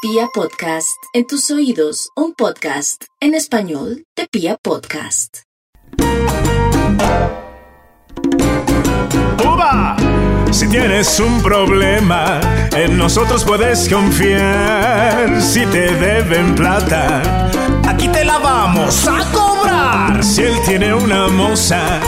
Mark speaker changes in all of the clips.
Speaker 1: Pia Podcast, en tus oídos, un podcast en español de Pia Podcast.
Speaker 2: ¡Uva! Si tienes un problema, en nosotros puedes confiar. Si te deben plata, aquí te la vamos a cobrar. Si él tiene una moza,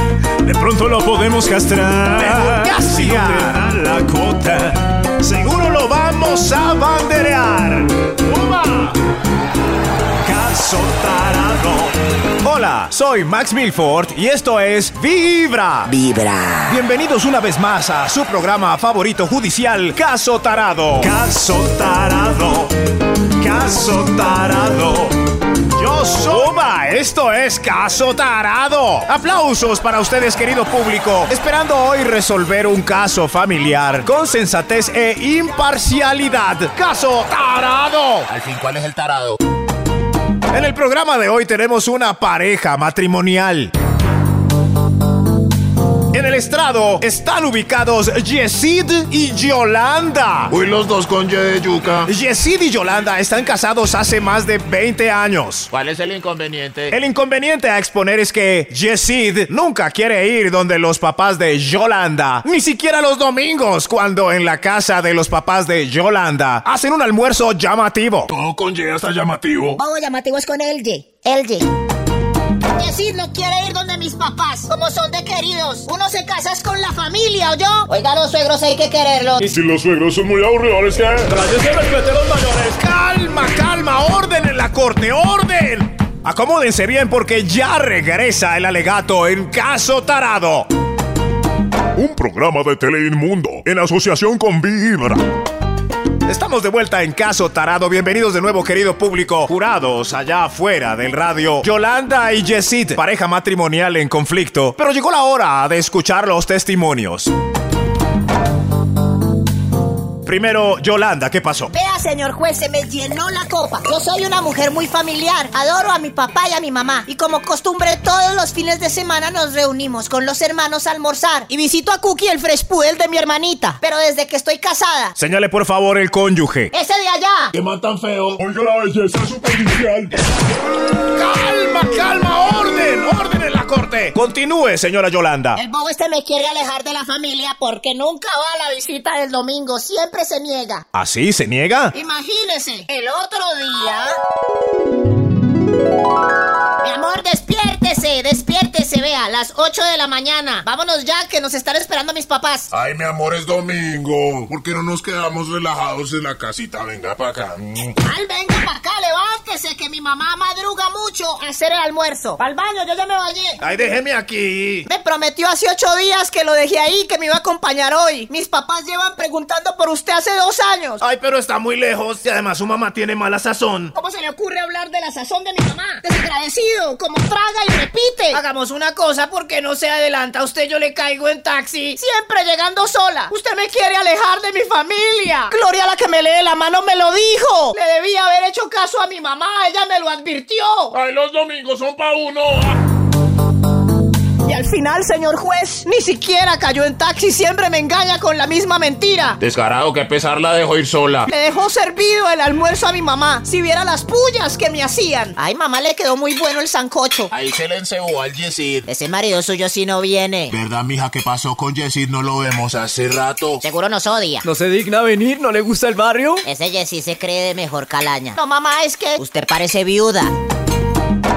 Speaker 2: de pronto lo podemos castrar.
Speaker 3: Pero casi
Speaker 2: Si no
Speaker 3: ya.
Speaker 2: te da la cuota, seguro lo vamos a banderear. ¡Uva! Caso tarado.
Speaker 3: Hola, soy Max Milford y esto es Vibra.
Speaker 4: Vibra.
Speaker 3: Bienvenidos una vez más a su programa favorito judicial, Caso Tarado.
Speaker 2: Caso tarado, caso tarado.
Speaker 3: Yo soy... ¡Uva! Esto es Caso Tarado. Aplausos para ustedes, querido público. Esperando hoy resolver un caso familiar con sensatez e imparcialidad. Caso Tarado.
Speaker 4: Al fin, ¿cuál es el tarado?
Speaker 3: En el programa de hoy tenemos una pareja matrimonial. En el estrado están ubicados Yesid y Yolanda.
Speaker 5: Uy, los dos con Y de yuca.
Speaker 3: Yesid y Yolanda están casados hace más de 20 años.
Speaker 4: ¿Cuál es el inconveniente?
Speaker 3: El inconveniente a exponer es que Yesid nunca quiere ir donde los papás de Yolanda, ni siquiera los domingos, cuando en la casa de los papás de Yolanda hacen un almuerzo llamativo.
Speaker 5: Todo con Y está llamativo.
Speaker 6: Vamos llamativos con el Y. El Y. Decir no quiere ir donde mis papás, como son de queridos. Uno se casa es con la familia, ¿o yo? Oiga, los suegros hay que quererlos.
Speaker 5: Si los suegros son muy aburridos, ¿qué?
Speaker 3: Calma, calma, orden en la corte, orden. Acomódense bien porque ya regresa el alegato en caso tarado.
Speaker 5: Un programa de Teleinmundo en asociación con Vibra.
Speaker 3: Estamos de vuelta en caso tarado. Bienvenidos de nuevo, querido público. Jurados allá afuera del radio. Yolanda y Yesid, pareja matrimonial en conflicto. Pero llegó la hora de escuchar los testimonios. Primero, Yolanda, ¿qué pasó?
Speaker 6: Vea, señor juez, se me llenó la copa. Yo soy una mujer muy familiar. Adoro a mi papá y a mi mamá. Y como costumbre, todos los fines de semana nos reunimos con los hermanos a almorzar. Y visito a Cookie, el fresh poodle de mi hermanita. Pero desde que estoy casada,
Speaker 3: Señale por favor el cónyuge.
Speaker 6: ese de allá.
Speaker 5: ¿Qué man tan feo? Oiga la belleza superficial.
Speaker 3: Calma, calma, orden, orden en la corte. Continúe, señora Yolanda.
Speaker 6: El bobo este me quiere alejar de la familia porque nunca va a la visita del domingo, siempre se niega.
Speaker 3: ¿Así se niega?
Speaker 6: Imagínese, el otro día. Mi amor, despiértese, despiértese, vea, las 8 de la mañana. Vámonos ya, que nos están esperando mis papás.
Speaker 5: Ay, mi amor, es domingo. ¿Por qué no nos quedamos relajados en la casita? Venga para acá. Mm.
Speaker 6: Al venga para acá, levántese, que mi mamá madruga mucho a hacer el almuerzo. Al baño, yo ya me bañé.
Speaker 3: Ay, déjeme aquí.
Speaker 6: Me prometió hace ocho días que lo dejé ahí, que me iba a acompañar hoy. Mis papás llevan preguntando por usted hace dos años.
Speaker 3: Ay, pero está muy lejos y además su mamá tiene mala sazón.
Speaker 6: ¿Cómo se le ocurre hablar de la sazón de mi mamá? Desagradecido, como traga y repite. Hagamos una cosa porque no se adelanta. A usted yo le caigo en taxi. Siempre llegando sola. Usted me quiere alejar de mi familia. Gloria la que me lee la mano me lo dijo. Le debía haber hecho caso a mi mamá. Ella me lo advirtió.
Speaker 5: Ay, los domingos son pa' uno.
Speaker 6: Y al final, señor juez, ni siquiera cayó en taxi. Siempre me engaña con la misma mentira.
Speaker 4: Descarado, que pesar la dejo ir sola.
Speaker 6: Le dejó servido el almuerzo a mi mamá. Si viera las pullas que me hacían. Ay, mamá, le quedó muy bueno el sancocho.
Speaker 4: Ahí se le encebó al Yesid.
Speaker 6: Ese marido suyo sí no viene.
Speaker 4: ¿Verdad, mija? ¿Qué pasó con Yesid? No lo vemos hace rato.
Speaker 6: Seguro nos odia.
Speaker 7: ¿No se digna venir? ¿No le gusta el barrio?
Speaker 6: Ese Jessy se cree de mejor calaña. No, mamá, es que... Usted parece viuda.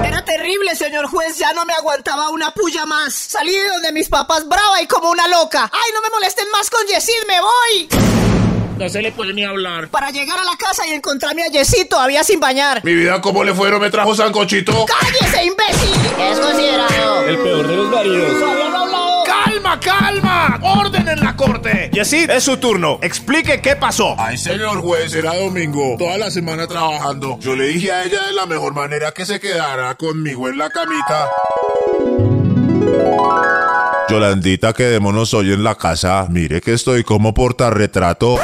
Speaker 6: Era terrible, señor juez. Ya no me aguantaba una puya más. Salí de donde mis papás brava y como una loca. ¡Ay, no me molesten más con Jessy! ¡Me voy!
Speaker 4: No se le puede ni hablar.
Speaker 6: Para llegar a la casa y encontrarme a Jessy todavía sin bañar.
Speaker 5: Mi vida, ¿cómo le fueron? ¿Me trajo sancochito?
Speaker 6: ¡Cállese, imbécil! es considerado?
Speaker 7: El peor de los maridos.
Speaker 3: ¡Calma, calma! ¡Orden en la corte! Eh, Yesid, es su turno. Explique qué pasó.
Speaker 5: Ay, señor juez, era domingo, toda la semana trabajando. Yo le dije a ella de la mejor manera que se quedara conmigo en la camita. Yolandita, quedémonos hoy en la casa. Mire que estoy como portarretrato.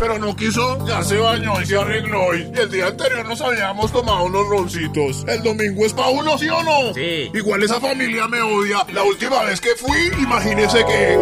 Speaker 5: Pero no quiso, ya se bañó y se arregló. Y el día anterior nos habíamos tomado unos roncitos. El domingo es pa' uno, ¿sí o no?
Speaker 4: Sí.
Speaker 5: Igual esa familia me odia. La última vez que fui, imagínese que.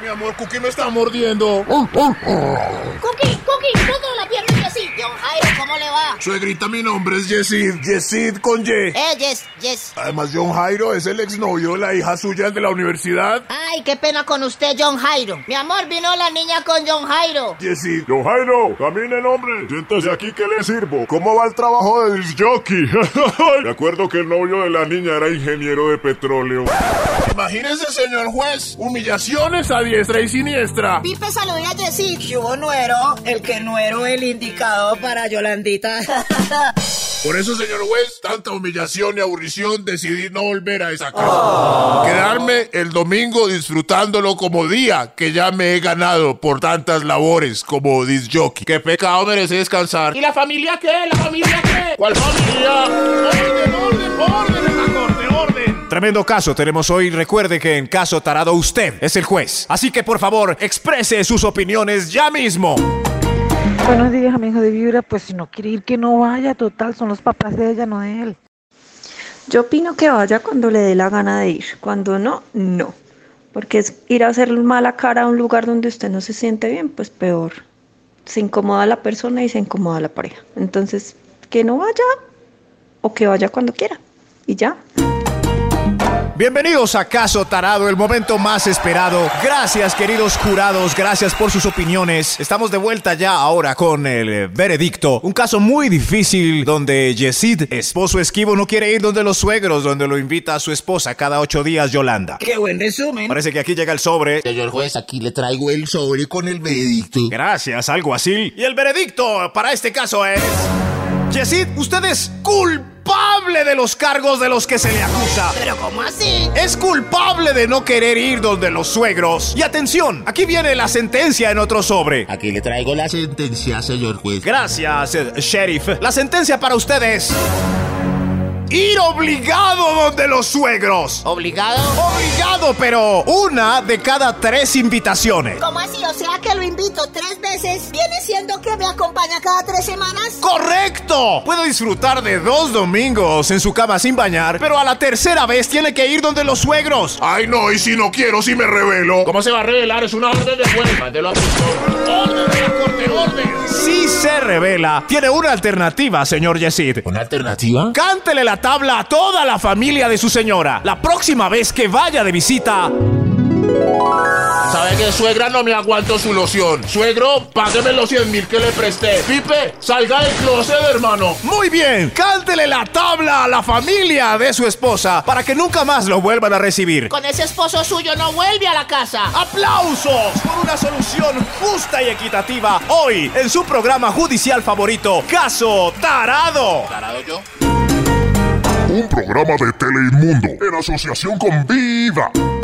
Speaker 5: Mi amor, Cookie me está mordiendo.
Speaker 6: ¡Cookie! ¡Cookie! aquí, póngalo la pierna y así. John Jairo, ¿cómo le va?
Speaker 5: Suegrita, mi nombre es Yesid. Yesid con Y.
Speaker 6: Eh, yes, yes.
Speaker 5: Además, John Jairo es el exnovio de la hija suya de la universidad.
Speaker 6: Ay, qué pena con usted, John Jairo. Mi amor, vino la niña con John Jairo.
Speaker 5: Yesid. John Jairo, caminen, hombre. Siéntese aquí que le sirvo. ¿Cómo va el trabajo del jockey? Me acuerdo que el novio de la niña era ingeniero de petróleo.
Speaker 4: Imagínese, señor juez, humillaciones a diestra y siniestra.
Speaker 6: Pipe saludé pues a Jessy.
Speaker 8: ¿Qué hubo, nuero? El que no era el indicado para Yolandita.
Speaker 4: Por eso, señor juez, tanta humillación y aburrición decidí no volver a esa casa. Quedarme el domingo disfrutándolo como día que ya me he ganado por tantas labores como disjockey. Qué pecado merece descansar.
Speaker 2: ¿Y la familia qué? ¿La familia qué?
Speaker 4: ¿Cuál familia?
Speaker 2: ¡Orden, orden, orden en la corte, orden!
Speaker 3: Tremendo caso tenemos hoy. Recuerde que en caso tarado usted es el juez. Así que por favor, exprese sus opiniones ya mismo.
Speaker 9: Buenos días, amigos de Vibra. Pues si no quiere ir, que no vaya. Total, son los papás de ella, no de él.
Speaker 10: Yo opino que vaya cuando le dé la gana de ir. Cuando no, no. Porque es ir a hacer mala cara a un lugar donde usted no se siente bien, pues peor. Se incomoda la persona y se incomoda la pareja. Entonces, que no vaya o que vaya cuando quiera. Y ya.
Speaker 3: Bienvenidos a Caso Tarado, el momento más esperado. Gracias, queridos jurados, gracias por sus opiniones. Estamos de vuelta ya ahora con el eh, veredicto. Un caso muy difícil donde Yesid, esposo esquivo, no quiere ir donde los suegros, donde lo invita a su esposa cada ocho días, Yolanda.
Speaker 8: ¡Qué buen resumen!
Speaker 3: Parece que aquí llega el sobre.
Speaker 4: Señor juez, aquí le traigo el sobre con el veredicto.
Speaker 3: Gracias, algo así. Y el veredicto para este caso es... Yesid, usted es culpable de los cargos de los que se le acusa.
Speaker 6: Pero ¿cómo así?
Speaker 3: Es culpable de no querer ir donde los suegros. Y atención, aquí viene la sentencia en otro sobre.
Speaker 4: Aquí le traigo la sentencia, señor juez.
Speaker 3: Gracias, eh, sheriff. La sentencia para ustedes. Ir obligado donde los suegros.
Speaker 6: ¿Obligado?
Speaker 3: Obligado, pero una de cada tres invitaciones.
Speaker 6: ¿Cómo así? O sea que lo invito tres veces. ¿Viene siendo que me acompaña cada tres semanas?
Speaker 3: ¡Correcto! Puedo disfrutar de dos domingos en su cama sin bañar, pero a la tercera vez tiene que ir donde los suegros.
Speaker 5: Ay, no, y si no quiero, si me revelo.
Speaker 2: ¿Cómo se va a revelar? Es una orden de juez. Mándelo a prisión. ¡Orden de la corte, orden!
Speaker 3: Si se revela, tiene una alternativa, señor Yesid.
Speaker 4: ¿Una alternativa?
Speaker 3: Cántele la tabla a toda la familia de su señora. La próxima vez que vaya de visita,
Speaker 2: ¿Sabe qué, suegra? No me aguanto su loción. Suegro, págueme los 100 mil que le presté. Pipe, salga del closet, hermano.
Speaker 3: muy bien, cántele la tabla a la familia de su esposa para que nunca más lo vuelvan a recibir.
Speaker 6: Con ese esposo suyo no vuelve a la casa.
Speaker 3: ¡Aplausos por una solución justa y equitativa hoy en su programa judicial favorito, Caso Tarado.
Speaker 4: ¿Tarado yo?
Speaker 5: Un programa de Teleinmundo en asociación con Viva.